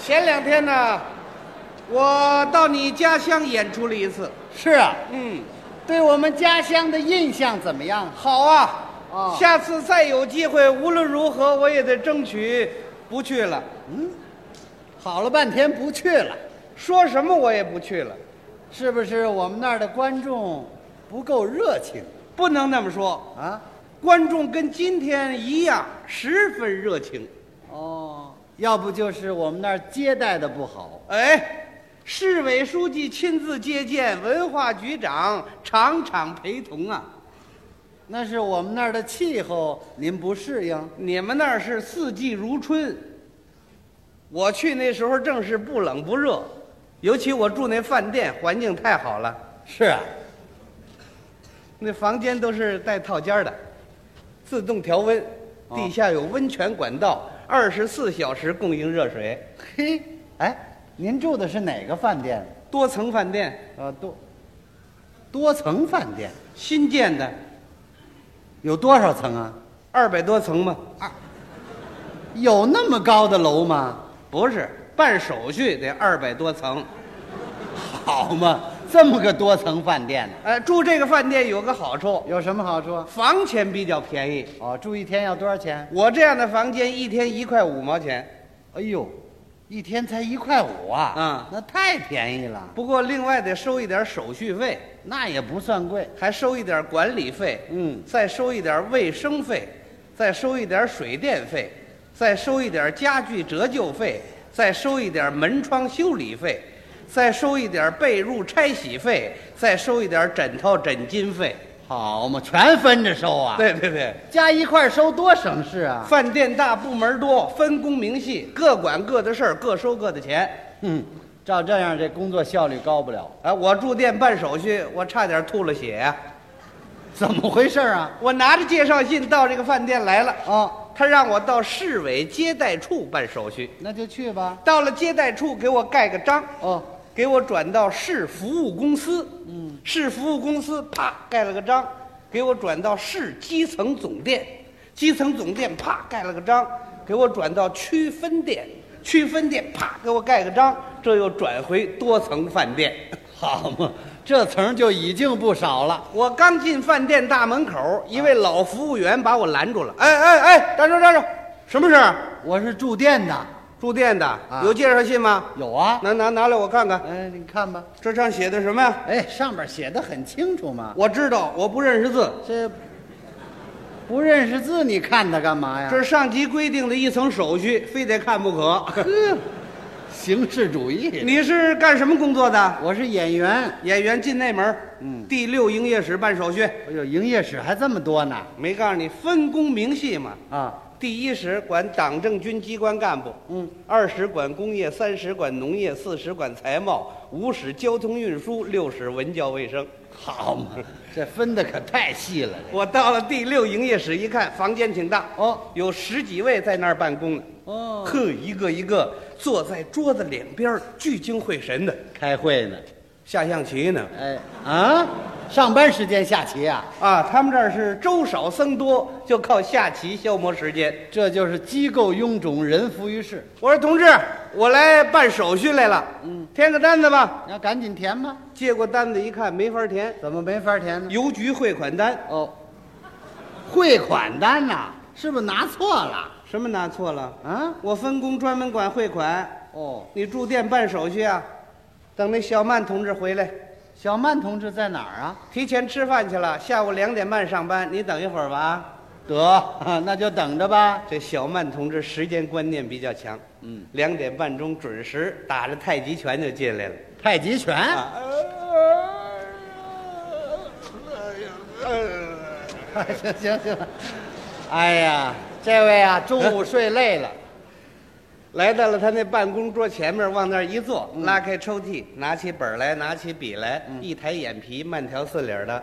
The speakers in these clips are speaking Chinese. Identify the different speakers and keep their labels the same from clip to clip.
Speaker 1: 前两天呢，我到你家乡演出了一次。
Speaker 2: 是啊，
Speaker 1: 嗯，
Speaker 2: 对我们家乡的印象怎么样？
Speaker 1: 好啊。
Speaker 2: 哦
Speaker 1: 下次再有机会，无论如何我也得争取不去了。
Speaker 2: 好了半天不去了，
Speaker 1: 说什么我也不去了，
Speaker 2: 是不是我们那儿的观众不够热情
Speaker 1: 不能那么说。
Speaker 2: 啊？
Speaker 1: 观众跟今天一样，十分热情。
Speaker 2: 哦，要不就是我们那儿接待的不好。
Speaker 1: 哎，市委书记亲自接见，文化局长场场陪同啊。
Speaker 2: 那是我们那儿的气候，您不适应。
Speaker 1: 你们那儿是四季如春，我去那时候正是不冷不热，尤其我住那饭店，环境太好了，
Speaker 2: 是啊，
Speaker 1: 那房间都是带套间儿的，自动调温，地下有温泉管道，二十四小时供应热水，
Speaker 2: 嘿，哎，您住的是哪个饭店？
Speaker 1: 多层饭店
Speaker 2: 呃，多多层饭店
Speaker 1: 新建的，
Speaker 2: 有多少层啊？
Speaker 1: 二百多层吗？
Speaker 2: 有那么高的楼吗？
Speaker 1: 不是，办手续得二百多层。
Speaker 2: 好嘛，这么个多层饭店呢，
Speaker 1: 呃，住这个饭店有个好处，
Speaker 2: 有什么好处？啊
Speaker 1: 房钱比较便宜，
Speaker 2: 哦，住一天要多少钱？
Speaker 1: 我这样的房间一天一块五毛钱。
Speaker 2: 哎呦，一天才一块五啊！
Speaker 1: 啊
Speaker 2: 那太便宜了，
Speaker 1: 不过另外得收一点手续费，
Speaker 2: 那也不算贵。
Speaker 1: 还收一点管理费，
Speaker 2: 嗯
Speaker 1: 再收一点卫生费，再收一点水电费，再收一点家具折旧费，再收一点门窗修理费，再收一点被褥拆洗费，再收一点枕头枕巾费。
Speaker 2: 好嘛，全分着收啊！，
Speaker 1: 对对对，
Speaker 2: 加一块收多省事啊！
Speaker 1: 饭店大，部门多，分工明细，各管各的事儿，各收各的钱。
Speaker 2: 嗯，照这样这工作效率高不了，
Speaker 1: 啊，我住店办手续，我差点吐了血呀、
Speaker 2: 怎么回事啊？
Speaker 1: 我拿着介绍信到这个饭店来了。
Speaker 2: 哦，
Speaker 1: 他让我到市委接待处办手续，
Speaker 2: 那就去吧。
Speaker 1: 到了接待处给我盖个章，
Speaker 2: 哦，
Speaker 1: 给我转到市服务公司。嗯，市服务公司啪盖了个章，给我转到市基层总店，基层总店啪盖了个章，给我转到区分店，区分店啪给我盖个章，这又转回多层饭店。
Speaker 2: 好嘛，这层就已经不少了。
Speaker 1: 我刚进饭店大门口，一位老服务员把我拦住了。哎哎哎，站住站住，什么事儿？啊
Speaker 2: 我是住店的，
Speaker 1: 住店的、
Speaker 2: 啊
Speaker 1: 有介绍信吗？
Speaker 2: 有啊。
Speaker 1: 拿拿拿来我看看，
Speaker 2: 哎，你看吧，
Speaker 1: 这上写的什么呀？
Speaker 2: 哎，上面写的很清楚嘛。
Speaker 1: 我知道，我不认识字。
Speaker 2: 这不认识字，你看它干嘛呀？
Speaker 1: 这是上级规定的一层手续，非得看不 可。
Speaker 2: 呵，形式主义。
Speaker 1: 你是干什么工作的？
Speaker 2: 我是演员，
Speaker 1: 演员进内门，嗯，第六营业室办手续。
Speaker 2: 哎呦，营业室还这么多呢
Speaker 1: 没告诉你分工明细吗？
Speaker 2: 啊！
Speaker 1: 第一室管党政军机关干部，
Speaker 2: 嗯，
Speaker 1: 二室管工业，三室管农业，四室管财贸，五室交通运输，六室文教卫生。
Speaker 2: 好嘛，这分的可太细了。
Speaker 1: 我到了第六营业室一看，房间挺大
Speaker 2: 哦，
Speaker 1: 有十几位在那儿办公呢。
Speaker 2: 哦，
Speaker 1: 呵，一个一个坐在桌子两边儿，聚精会神的
Speaker 2: 开会呢。
Speaker 1: 下象棋呢。
Speaker 2: 哎啊，上班时间下棋啊，
Speaker 1: 啊，他们这儿是粥少僧多，就靠下棋消磨时间。
Speaker 2: 这就是机构臃肿，人浮于事。
Speaker 1: 我说同志，我来办手续来了，嗯，填个单子吧。
Speaker 2: 那赶紧填吧，
Speaker 1: 接过单子一看，没法填，
Speaker 2: 怎么没法填呢？
Speaker 1: 邮局汇款单，
Speaker 2: 哦，汇款单呐、是不是拿错了
Speaker 1: 什么拿错了？
Speaker 2: 啊？
Speaker 1: 我分工专门管汇款，
Speaker 2: 哦，
Speaker 1: 你住店办手续啊。等那小曼同志回来，
Speaker 2: 小曼同志在哪儿啊？
Speaker 1: 提前吃饭去了，下午两点半上班，你等一会儿吧啊。
Speaker 2: 得， 那就等着吧。
Speaker 1: 这小曼同志时间观念比较强，嗯，两点半钟准时打着太极拳就进来了。
Speaker 2: 太极拳，
Speaker 1: 啊
Speaker 2: 行 行行，哎呀，这位啊，中午睡累了，
Speaker 1: 来到了他那办公桌前面，往那儿一坐，拉开抽屉，拿起本儿来，拿起笔来，一抬眼皮，慢条斯理儿的。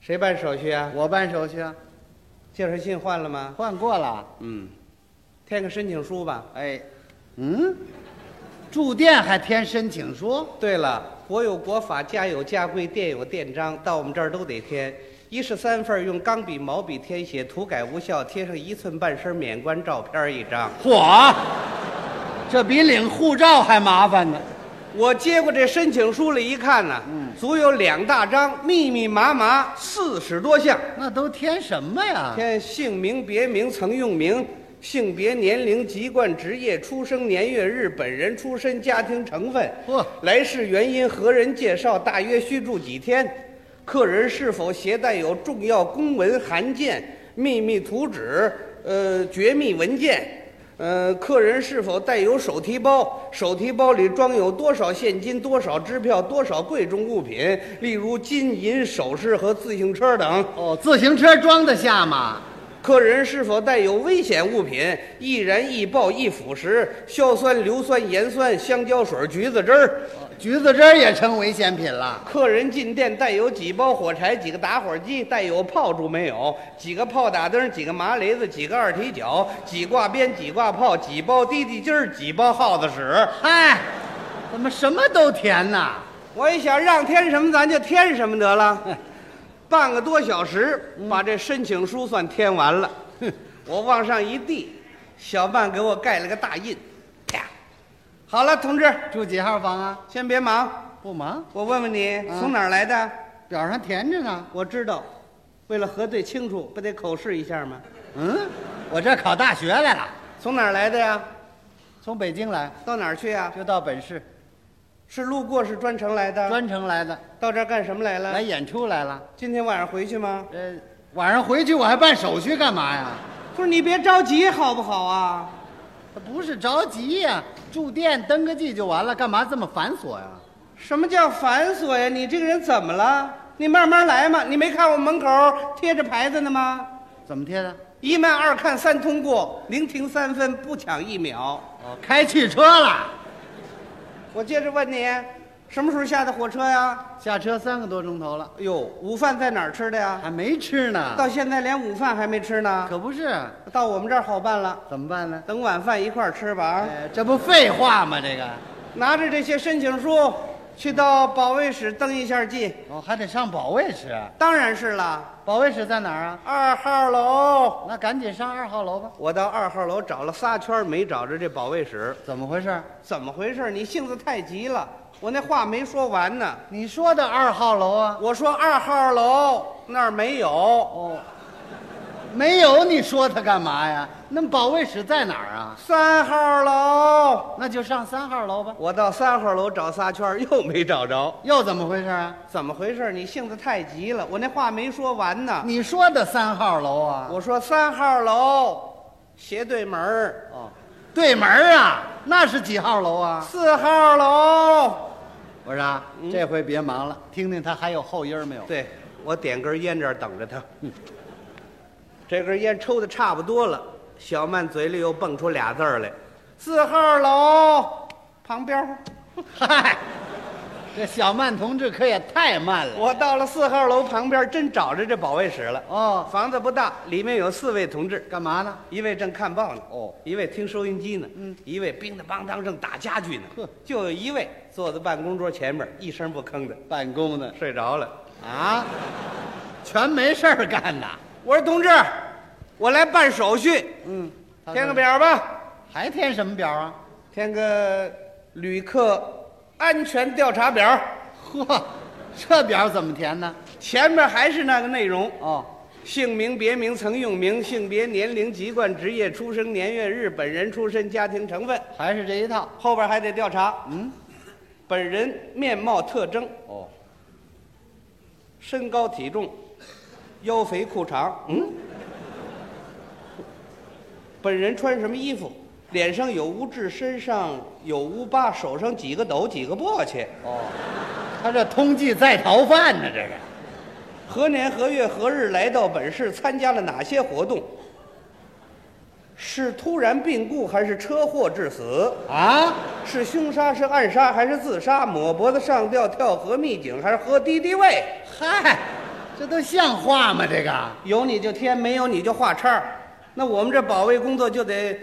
Speaker 1: 谁办手续啊？
Speaker 2: 我办手续啊，
Speaker 1: 介绍信换了吗？
Speaker 2: 换过了。
Speaker 1: 嗯，填个申请书吧。
Speaker 2: 哎，嗯，住店还填申请书，
Speaker 1: 对了，国有国法，家有家规，店有店章，到我们这儿都得添。一式三份儿用钢笔、毛笔填写，涂改无效，贴上一寸半身免冠照片儿一张。
Speaker 2: 嚯，这比领护照还麻烦呢。
Speaker 1: 我接过这申请书来一看呢、足有两大张，密密麻麻四十多项，
Speaker 2: 那都填什么呀？
Speaker 1: 填姓名、别名、曾用名、性别、年龄、籍贯、职业、出生年月日、本人出身、家庭成分、
Speaker 2: 嚯
Speaker 1: 来世原因、何人介绍、大约需住几天、客人是否携带有重要公文函件、秘密图纸、呃绝密文件。呃，客人是否带有手提包？手提包里装有多少现金、多少支票、多少贵重物品，例如金银首饰和自行车等？
Speaker 2: 哦，自行车装得下吗？
Speaker 1: 客人是否带有危险物品，易燃、易爆、易腐蚀，硝酸、硫酸、盐酸、香蕉水、橘子汁儿。
Speaker 2: 哦橘子汁儿也成危险品了。
Speaker 1: 客人进店带有几包火柴、几个打火机，带有炮竹没有？几个炮打灯、几个麻雷子、几个二踢脚、几挂鞭、几挂炮、几包滴滴筋儿、几包耗子屎。
Speaker 2: 嗨，怎么什么都填呐？
Speaker 1: 我一想，让添什么咱就添什么得了。半个多小时，把这申请书算填完了。我往上一递，小曼给我盖了个大印，啪。好了，同志，
Speaker 2: 住几号房啊？
Speaker 1: 先别忙，
Speaker 2: 不忙，
Speaker 1: 我问问你从哪儿来的？
Speaker 2: 表上填着呢。
Speaker 1: 我知道，为了核对清楚，不得口试一下吗？
Speaker 2: 嗯，我这考大学来了，
Speaker 1: 从哪儿来的呀？
Speaker 2: 从北京来，
Speaker 1: 到哪儿去呀？
Speaker 2: 就到本市，
Speaker 1: 是路过，是专程来的？
Speaker 2: 专程来的，
Speaker 1: 到这儿干什么来
Speaker 2: 来
Speaker 1: 了？
Speaker 2: 演出来了。
Speaker 1: 今天晚上回去吗？
Speaker 2: 这晚上回去我还办手续干嘛呀？
Speaker 1: 不是，你别着急好不好啊？
Speaker 2: 不是着急呀、住店登个记就完了，干嘛这么繁琐呀、
Speaker 1: 什么叫繁琐呀？你这个人怎么了？你慢慢来嘛。你没看我门口贴着牌子呢吗？
Speaker 2: 怎么贴的？
Speaker 1: 一慢二看三通过，零停三分，不抢一秒。
Speaker 2: 哦，开汽车了，
Speaker 1: 我接着问你，什么时候下的火车呀？
Speaker 2: 下车三个多钟头了，
Speaker 1: 哟，午饭在哪儿吃的呀？
Speaker 2: 还没吃呢。
Speaker 1: 到现在连午饭还没吃呢。
Speaker 2: 可不是，
Speaker 1: 到我们这儿好办了，
Speaker 2: 怎么办呢？
Speaker 1: 等晚饭一块儿吃吧啊！
Speaker 2: 哎，这不废话吗？这个，
Speaker 1: 拿着这些申请书，去到保卫室登一下记。
Speaker 2: 哦，还得上保卫室。啊
Speaker 1: 当然是了，
Speaker 2: 保卫室在哪儿啊？
Speaker 1: 二号楼。
Speaker 2: 那赶紧上二号楼吧。
Speaker 1: 我到二号楼找了仨圈儿，没找着这保卫室。
Speaker 2: 怎么回事？
Speaker 1: 怎么回事？你性子太急了，我那话没说完呢。
Speaker 2: 你说的二号楼啊？
Speaker 1: 我说二号楼那儿没有，
Speaker 2: 哦，没有，你说它干嘛呀？那么保卫室在哪儿啊？
Speaker 1: 三号楼。
Speaker 2: 那就上三号楼吧。
Speaker 1: 我到三号楼找仨圈儿，又没找着。
Speaker 2: 又怎么回事啊？
Speaker 1: 怎么回事？你性子太急了，我那话没说完呢。
Speaker 2: 你说的三号楼啊？
Speaker 1: 我说三号楼斜对门儿，
Speaker 2: 哦，对门儿啊，那是几号楼啊？
Speaker 1: 四号楼。
Speaker 2: 我说啊，
Speaker 1: 嗯
Speaker 2: 这回别忙了，听听他还有后音儿没有？
Speaker 1: 对，我点根烟这儿等着他。这根烟抽的差不多了，小曼嘴里又蹦出俩字儿来：四号楼旁边儿。
Speaker 2: 嗨，这小曼同志可也太慢了。
Speaker 1: 我到了四号楼旁边，真找着这保卫室了。
Speaker 2: 哦，
Speaker 1: 房子不大，里面有四位同志，
Speaker 2: 干嘛呢？
Speaker 1: 一位正看报呢，
Speaker 2: 哦，
Speaker 1: 一位听收音机呢，嗯，一位乒的乓当正打家具呢，就有一位坐在办公桌前面一声不吭的
Speaker 2: 办公呢？
Speaker 1: 睡着了。
Speaker 2: 啊，全没事儿干呐。
Speaker 1: 我说同志，我来办手续，
Speaker 2: 嗯，他
Speaker 1: 填个
Speaker 2: 说，
Speaker 1: 表吧，
Speaker 2: 还填什么表啊？
Speaker 1: 填个旅客安全调查表，
Speaker 2: 嚯，这表怎么填呢？
Speaker 1: 前面还是那个内容，
Speaker 2: 哦，
Speaker 1: 姓名、别名、曾用名、性别、年龄、籍贯、职业、出生年月日、本人出身、家庭成分。
Speaker 2: 还是这一套。
Speaker 1: 后边还得调查
Speaker 2: 嗯，
Speaker 1: 本人面貌特征、
Speaker 2: 哦，
Speaker 1: 身高体重、腰肥裤长。嗯，本人穿什么衣服？脸上有污痣，身上有污疤，手上几个斗，几个簸箕。
Speaker 2: 哦，他这通缉在逃犯呢，这是。
Speaker 1: 何年何月何日来到本市？参加了哪些活动？是突然病故还是车祸致死？
Speaker 2: 啊，
Speaker 1: 是凶杀是暗杀还是自杀？抹脖子上吊、跳河秘井还是喝敌敌畏？
Speaker 2: 嗨，这都像话吗？这个。
Speaker 1: 有你就添，没有你就画叉儿。那我们这保卫工作就得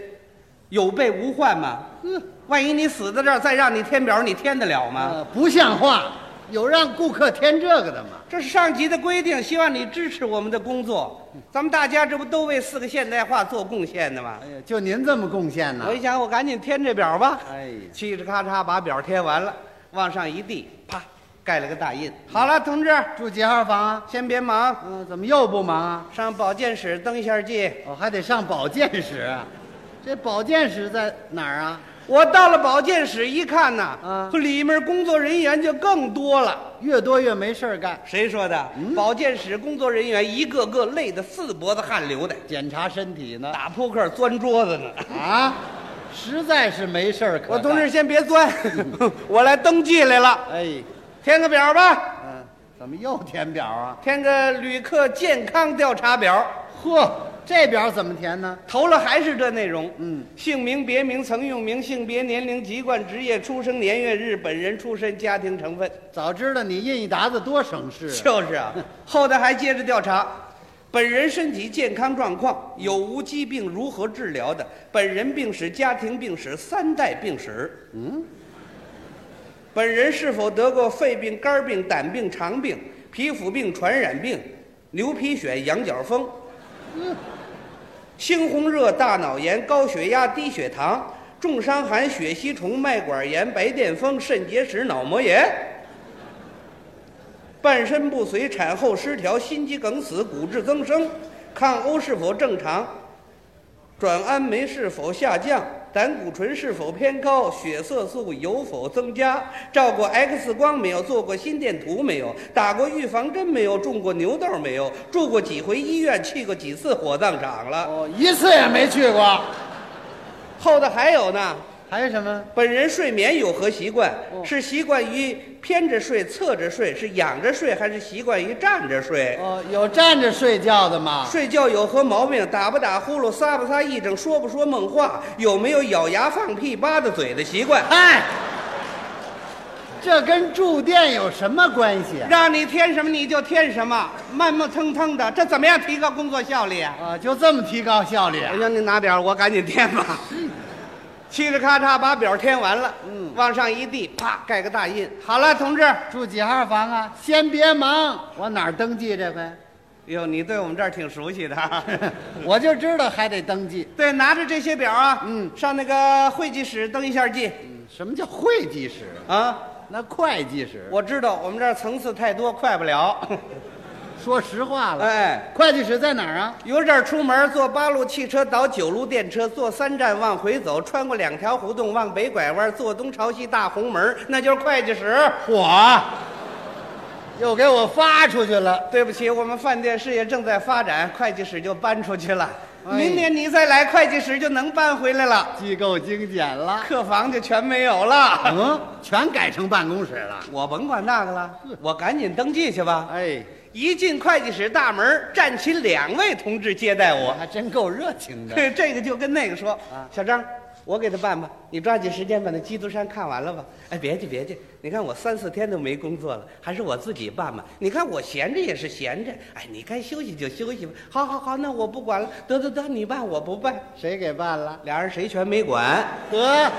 Speaker 1: 有备无患嘛。嗯，万一你死在这儿，再让你填表，你填得了吗？
Speaker 2: 呃，不像话，有让顾客添这个的吗？
Speaker 1: 这是上级的规定，希望你支持我们的工作。咱们大家这不都为四个现代化做贡献呢吗
Speaker 2: 哎？呀，就您这么贡献呢
Speaker 1: 我？一想，我赶紧填这表吧。
Speaker 2: 哎呀
Speaker 1: 嘁哧咔嚓把表填完了，往上一递，啪，盖了个大印。好了，同志，
Speaker 2: 住几号房啊？
Speaker 1: 先别忙，
Speaker 2: 嗯、怎么又不忙啊？
Speaker 1: 上保健室登一下记。
Speaker 2: 哦，还得上保健室啊？这保健室在哪儿啊？
Speaker 1: 我到了保健室一看呐，
Speaker 2: 啊
Speaker 1: 里面工作人员就更多了。
Speaker 2: 越多越没事儿干，
Speaker 1: 谁说的？保健室工作人员一个个累得四脖子汗流的，
Speaker 2: 检查身体呢。
Speaker 1: 打扑克钻桌子呢。
Speaker 2: 啊，实在是没事儿 可
Speaker 1: 我
Speaker 2: 干
Speaker 1: 同志，先别钻， 我来登记来了，
Speaker 2: 哎，
Speaker 1: 填个表吧，
Speaker 2: 嗯、怎么又填表啊？
Speaker 1: 填个旅客健康调查表，
Speaker 2: 呵，这表怎么填呢？
Speaker 1: 投了还是这内容。
Speaker 2: 嗯，
Speaker 1: 姓名、别名、曾用名、性别、年龄、籍贯、职业、出生年月日、本人出身、家庭成分。
Speaker 2: 早知道你印一沓子多省事啊。
Speaker 1: 就是啊，后头还接着调查，本人身体健康状况，有无疾病，如何治疗的，本人病史、家庭病史、三代病史。嗯，本人是否得过肺病、肝病、胆病、肠病、皮肤病、传染病、牛皮癣、羊角风、猩红热、大脑炎、高血压、低血糖、重伤寒、血吸虫、脉管炎、白癜风、肾结石、脑膜炎。半身不遂、产后失调、心肌梗死、骨质增生、抗欧是否正常、转氨酶是否下降、胆固醇是否偏高、血色素有否增加、照过 X 光没有、做过心电图没有、打过预防针没有、种过牛痘没有、住过几回医院、去过几次火葬场了。
Speaker 2: 哦，一次也没去过。
Speaker 1: 后头还有呢。
Speaker 2: 还有什么？
Speaker 1: 本人睡眠有何习惯？是习惯于偏着睡、侧着睡，是仰着睡，还是习惯于站着睡？
Speaker 2: 哦，有站着睡觉的吗？
Speaker 1: 睡觉有何毛病？打不打呼噜？撒不撒癔症？说不说梦话？有没有咬牙放屁、吧嗒嘴的习惯？
Speaker 2: 哎，这跟住店有什么关系啊？
Speaker 1: 让你添什么你就添什么，慢慢腾腾的，这怎么样提高工作效率啊？
Speaker 2: 啊，就这么提高效率啊
Speaker 1: 我？让你拿点儿，我赶紧填吧。嘁哧咔嚓把表填完了，嗯，往上一递，啪盖个大印。好了，同志，
Speaker 2: 住几号房啊？先别忙，我哪儿登记这回？
Speaker 1: 哟，你对我们这儿挺熟悉的啊。
Speaker 2: 我就知道还得登记。
Speaker 1: 对，拿着这些表啊，
Speaker 2: 嗯，
Speaker 1: 上那个会计室登一下记
Speaker 2: 什么叫会计室？
Speaker 1: 啊。
Speaker 2: 那会计室。
Speaker 1: 我知道我们这儿层次太多，快不了。
Speaker 2: 说实话了，
Speaker 1: 哎。
Speaker 2: 会计室在哪儿啊？
Speaker 1: 由这儿出门，坐八路汽车倒九路电车，坐三站往回走，穿过两条胡同往北拐弯，坐东朝西大红门，那就是会计室。
Speaker 2: 我，又给我发出去了。
Speaker 1: 对不起，我们饭店事业正在发展，会计室就搬出去了。
Speaker 2: 哎
Speaker 1: 明年你再来，会计室就能搬回来了，
Speaker 2: 机构精简了，
Speaker 1: 客房就全没有了。
Speaker 2: 嗯，全改成办公室了。
Speaker 1: 我甭管那个了，我赶紧登记去吧。
Speaker 2: 哎，
Speaker 1: 一进会计室大门，站起两位同志接待我。
Speaker 2: 还真够热情的。
Speaker 1: 对， 这个就跟那个说，小张，我给他办吧，你抓紧时间把那《基督山》看完了吧。哎，别介别介，你看我三四天都没工作了，还是我自己办吧。你看我闲着也是闲着，哎，你该休息就休息吧。好好好，那我不管了，得得得，你办我不办。
Speaker 2: 谁给办了？
Speaker 1: 俩人谁全没管，
Speaker 2: 得，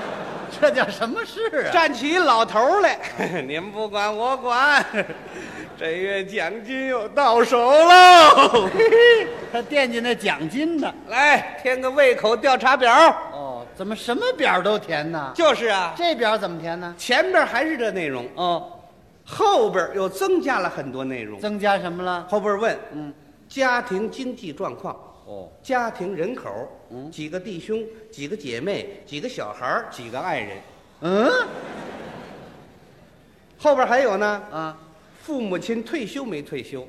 Speaker 2: 这叫什么事 啊？
Speaker 1: 站起老头儿来， 您不管我管， 这月奖金又到手喽。
Speaker 2: 他惦记那奖金呢。
Speaker 1: 来填个胃口调查表，
Speaker 2: 哦，怎么什么表都填呢？
Speaker 1: 就是啊，
Speaker 2: 这表怎么填呢？
Speaker 1: 前边还是这内容。
Speaker 2: 哦，
Speaker 1: 后边又增加了很多内容。
Speaker 2: 增加什么了？
Speaker 1: 后边问
Speaker 2: 嗯，
Speaker 1: 家庭经济状况、
Speaker 2: 哦，
Speaker 1: 家庭人口、几个弟兄、几个姐妹、几个小孩儿、几个爱人。
Speaker 2: 嗯
Speaker 1: 后边还有呢，
Speaker 2: 啊，
Speaker 1: 父母亲退休没退休，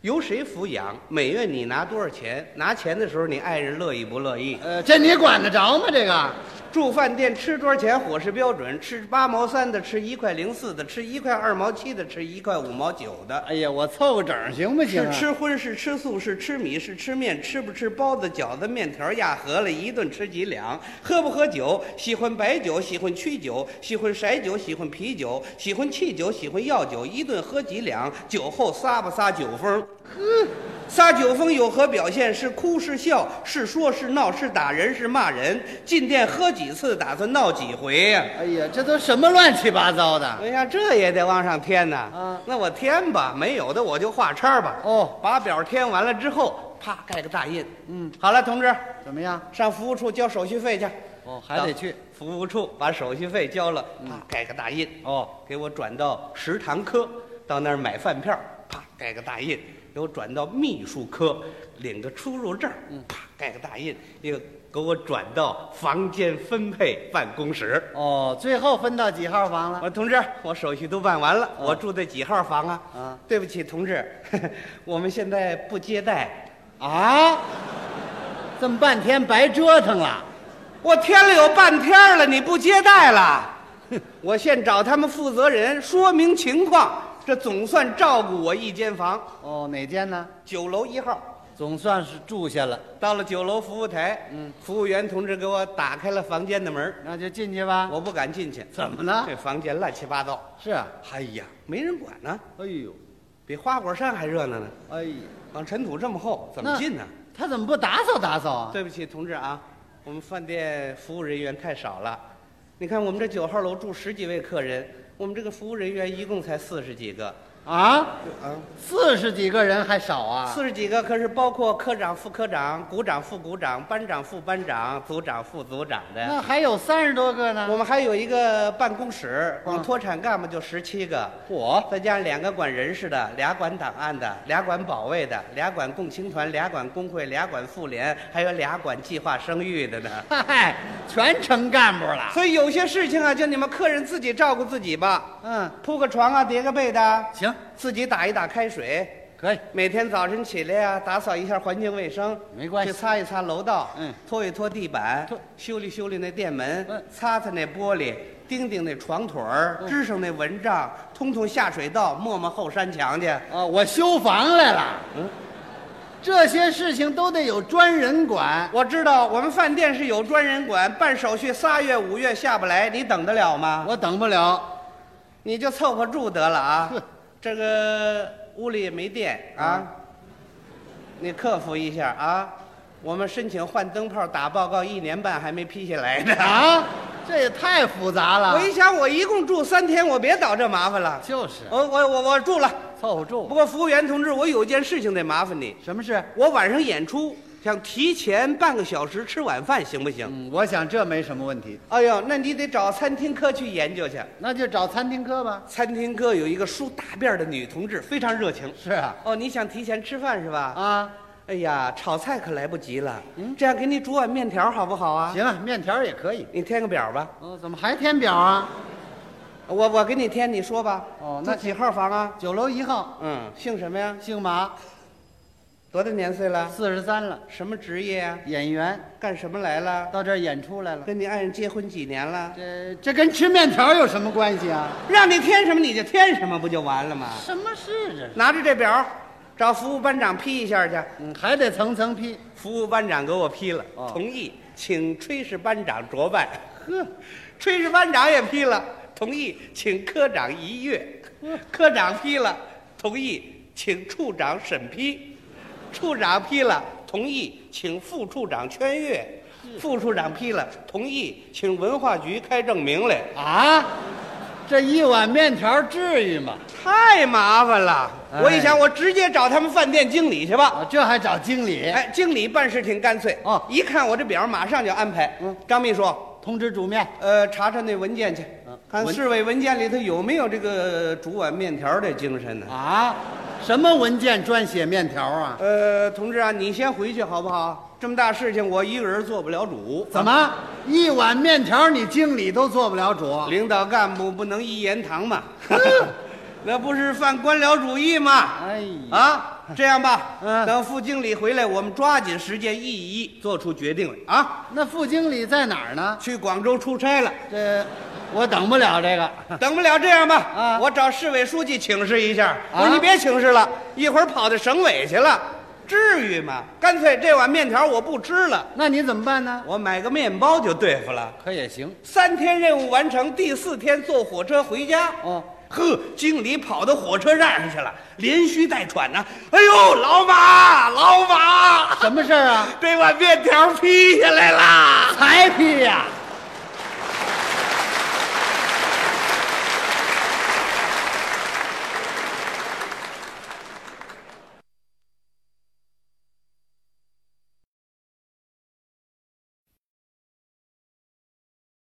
Speaker 1: 由谁抚养，每月你拿多少钱，拿钱的时候你爱人乐意不乐意，
Speaker 2: 呃，这你管得着吗？这个
Speaker 1: 住饭店吃多少钱，伙食标准，吃八毛三的，吃一块零四的，吃一块二毛七的，吃一块五毛九的。
Speaker 2: 哎呀，我凑个整儿行不行、
Speaker 1: 是
Speaker 2: 啊？
Speaker 1: 吃荤是吃素是吃米是吃面，吃不吃包子、饺子、面条、压饸饹，一顿吃几两？喝不喝酒？喜欢白酒，喜欢曲酒，喜欢色酒，喜欢啤酒，喜欢汽酒，喜欢药酒，一顿喝几两？酒后撒不撒酒疯？撒酒疯有何表现？是哭是笑是说是闹是打人是骂人？进店喝几次？打算闹几回呀、
Speaker 2: 哎呀，这都什么乱七八糟的？
Speaker 1: 哎呀，这也得往上添呐！
Speaker 2: 啊
Speaker 1: 那我添吧，没有的我就画叉吧。
Speaker 2: 哦，
Speaker 1: 把表添完了之后，啪盖个大印。嗯，好了，同志，
Speaker 2: 怎么样？
Speaker 1: 上服务处交手续费去。
Speaker 2: 哦，还得去。
Speaker 1: 服务处把手续费交了，啪盖个大印。
Speaker 2: 哦，
Speaker 1: 给我转到食堂科，到那儿买饭票，啪盖个大印；给我转到秘书科，领个出入证，啪盖个大印；又给我转到房间分配办公室。
Speaker 2: 哦，最后分到几号房
Speaker 1: 我
Speaker 2: 了？
Speaker 1: 说同志，我手续都办完了，我住在几号房啊？
Speaker 2: 啊，
Speaker 1: 对不起，同志， 我们现在不接待。
Speaker 2: 啊，这么半天白折腾了。
Speaker 1: 我添了有半天了，你不接待了， 我现找他们负责人说明情况，这总算照顾我一间房，
Speaker 2: 哦，哪间呢？
Speaker 1: 九楼一号。
Speaker 2: 总算是住下了，
Speaker 1: 到了酒楼服务台，
Speaker 2: 嗯，
Speaker 1: 服务员同志给我打开了房间的门儿，
Speaker 2: 那就进去吧。
Speaker 1: 我不敢进去，
Speaker 2: 怎么了
Speaker 1: 这房间乱七八糟，
Speaker 2: 是啊，
Speaker 1: 哎呀，没人管呢，
Speaker 2: 哎呦，
Speaker 1: 比花果山还热闹呢。
Speaker 2: 哎呀，
Speaker 1: 往尘土这么厚，怎么进呢？
Speaker 2: 他怎么不打扫打扫啊？
Speaker 1: 对不起，同志啊，我们饭店服务人员太少了。你看，我们这九号楼住十几位客人，我们这个服务人员一共才四十几个，
Speaker 2: 啊，
Speaker 1: 啊，
Speaker 2: 四十几个人还少啊？
Speaker 1: 四十几个，可是包括科长、副科长、股长、副股长、班长、副班长、组长、副组长的。
Speaker 2: 那还有三十多个
Speaker 1: 我
Speaker 2: 呢。
Speaker 1: 们还有一个办公室，光
Speaker 2: 嗯
Speaker 1: 脱产干部就十七个，
Speaker 2: 我
Speaker 1: 再加上两个管人事的，俩管档案的，俩管保卫的，俩管共青团，俩管工会，俩管妇联，还有俩管计划生育的呢。
Speaker 2: 嗨，全成干部了。
Speaker 1: 所以有些事情啊，就你们客人自己照顾自己吧，
Speaker 2: 嗯，
Speaker 1: 铺个床啊，叠个被的，
Speaker 2: 行，
Speaker 1: 自己打一打开水，
Speaker 2: 可以。
Speaker 1: 每天早晨起来呀、打扫一下环境卫生，
Speaker 2: 没关系
Speaker 1: 去擦一擦楼道，
Speaker 2: 嗯，
Speaker 1: 拖一拖地板
Speaker 2: 拖，
Speaker 1: 修理修理那店门，
Speaker 2: 嗯
Speaker 1: 擦擦那玻璃，钉钉那床腿儿，支上那蚊帐，通通下水道，抹抹后山墙去。
Speaker 2: 啊，我修房来了。
Speaker 1: 嗯，
Speaker 2: 这些事情都得有专人管。
Speaker 1: 我知道我们饭店是有专人管，办手续仨月五月下不来，你等得了吗？
Speaker 2: 我等不了。
Speaker 1: 你就凑合住得了啊
Speaker 2: 呵。
Speaker 1: 这个屋里也没电啊，你克服一下啊。我们申请换灯泡，打报告一年半还没批下来呢。
Speaker 2: 啊，这也太复杂了
Speaker 1: 我。一想，我一共住三天，我别找这麻烦了。
Speaker 2: 就是
Speaker 1: 我我我我住了。
Speaker 2: 凑合
Speaker 1: 不
Speaker 2: 住。
Speaker 1: 过服务员同志，我有一件事情得麻烦你，
Speaker 2: 什么事？
Speaker 1: 我晚上演出想提前半个小时吃晚饭，行不行？
Speaker 2: 嗯，我想这没什么问题。
Speaker 1: 哎呦，那你得找餐厅科去研究去。
Speaker 2: 那就找餐厅科吧。
Speaker 1: 餐厅科有一个梳大辫儿的女同志，非常热情。
Speaker 2: 是啊，
Speaker 1: 哦，你想提前吃饭是吧？
Speaker 2: 啊，嗯
Speaker 1: 哎呀，炒菜可来不及了。这样给你煮碗面条好不好啊？
Speaker 2: 行啊，面条也可以。
Speaker 1: 你填个表吧，
Speaker 2: 哦，怎么还填表啊？
Speaker 1: 我我给你填，你说吧。
Speaker 2: 哦那
Speaker 1: 住几号房啊？
Speaker 2: 九楼一号，
Speaker 1: 嗯，姓什么呀？
Speaker 2: 姓马，
Speaker 1: 多大年岁了？
Speaker 2: 四十三了，
Speaker 1: 什么职业呀、
Speaker 2: 演员，
Speaker 1: 干什么来了？
Speaker 2: 到这儿演出来了。
Speaker 1: 跟你爱人结婚几年了？
Speaker 2: 这这跟吃面条有什么关系啊？
Speaker 1: 让你填什么你就填什么，不就完了吗？
Speaker 2: 什么事这是？
Speaker 1: 拿着这表，找服务班长批一下去。
Speaker 2: 嗯，还得层层批。
Speaker 1: 服务班长给我批了，
Speaker 2: 哦
Speaker 1: 同意，请炊事班长酌办。 呵，炊事班长也批了，同意，请科长一阅。科长批了，同意，请处长审批。处长批了，同意，请副处长圈阅。副处长批了，同意，请文化局开证明来。
Speaker 2: 啊，这一碗面条至于吗？
Speaker 1: 太麻烦了，
Speaker 2: 哎
Speaker 1: 我一想，我直接找他们饭店经理去吧。
Speaker 2: 啊，这还找经理
Speaker 1: 哎，经理办事挺干脆
Speaker 2: 哦
Speaker 1: 一看我这表，马上就安排。
Speaker 2: 嗯，
Speaker 1: 张秘书，
Speaker 2: 通知煮面？
Speaker 1: 呃，查查那文件去
Speaker 2: 嗯，
Speaker 1: 看
Speaker 2: 文
Speaker 1: 市委文件里头有没有这个煮碗面条的精神呢？
Speaker 2: 啊，什么文件专写面条啊？
Speaker 1: 呃，同志啊，你先回去好不好？这么大事情，我一个人做不了主。
Speaker 2: 怎么一碗面条你经理都做不了主？
Speaker 1: 领导干部不能一言堂 嘛，那不是犯官僚主义吗？
Speaker 2: 哎呀，
Speaker 1: 啊，这样吧，
Speaker 2: 嗯
Speaker 1: 等副经理回来，我们抓紧时间一一做出决定来啊！
Speaker 2: 那副经理在哪儿呢？
Speaker 1: 去广州出差了。
Speaker 2: 这我等不了这个。
Speaker 1: 等不了，这样吧，
Speaker 2: 啊
Speaker 1: 我找市委书记请示一下。我说
Speaker 2: 啊
Speaker 1: 你别请示了，一会儿跑到省委去了，至于吗？干脆这碗面条我不吃了，
Speaker 2: 那你怎么办呢？
Speaker 1: 我买个面包就对付了。
Speaker 2: 可也行
Speaker 1: 三天任务完成，第四天坐火车回家。
Speaker 2: 哦，
Speaker 1: 呵，经理跑到火车站上去了，连吁带喘呢、哎呦，老马，老马，
Speaker 2: 什么事儿啊？
Speaker 1: 这碗面条劈下来啦！
Speaker 2: 才批呀、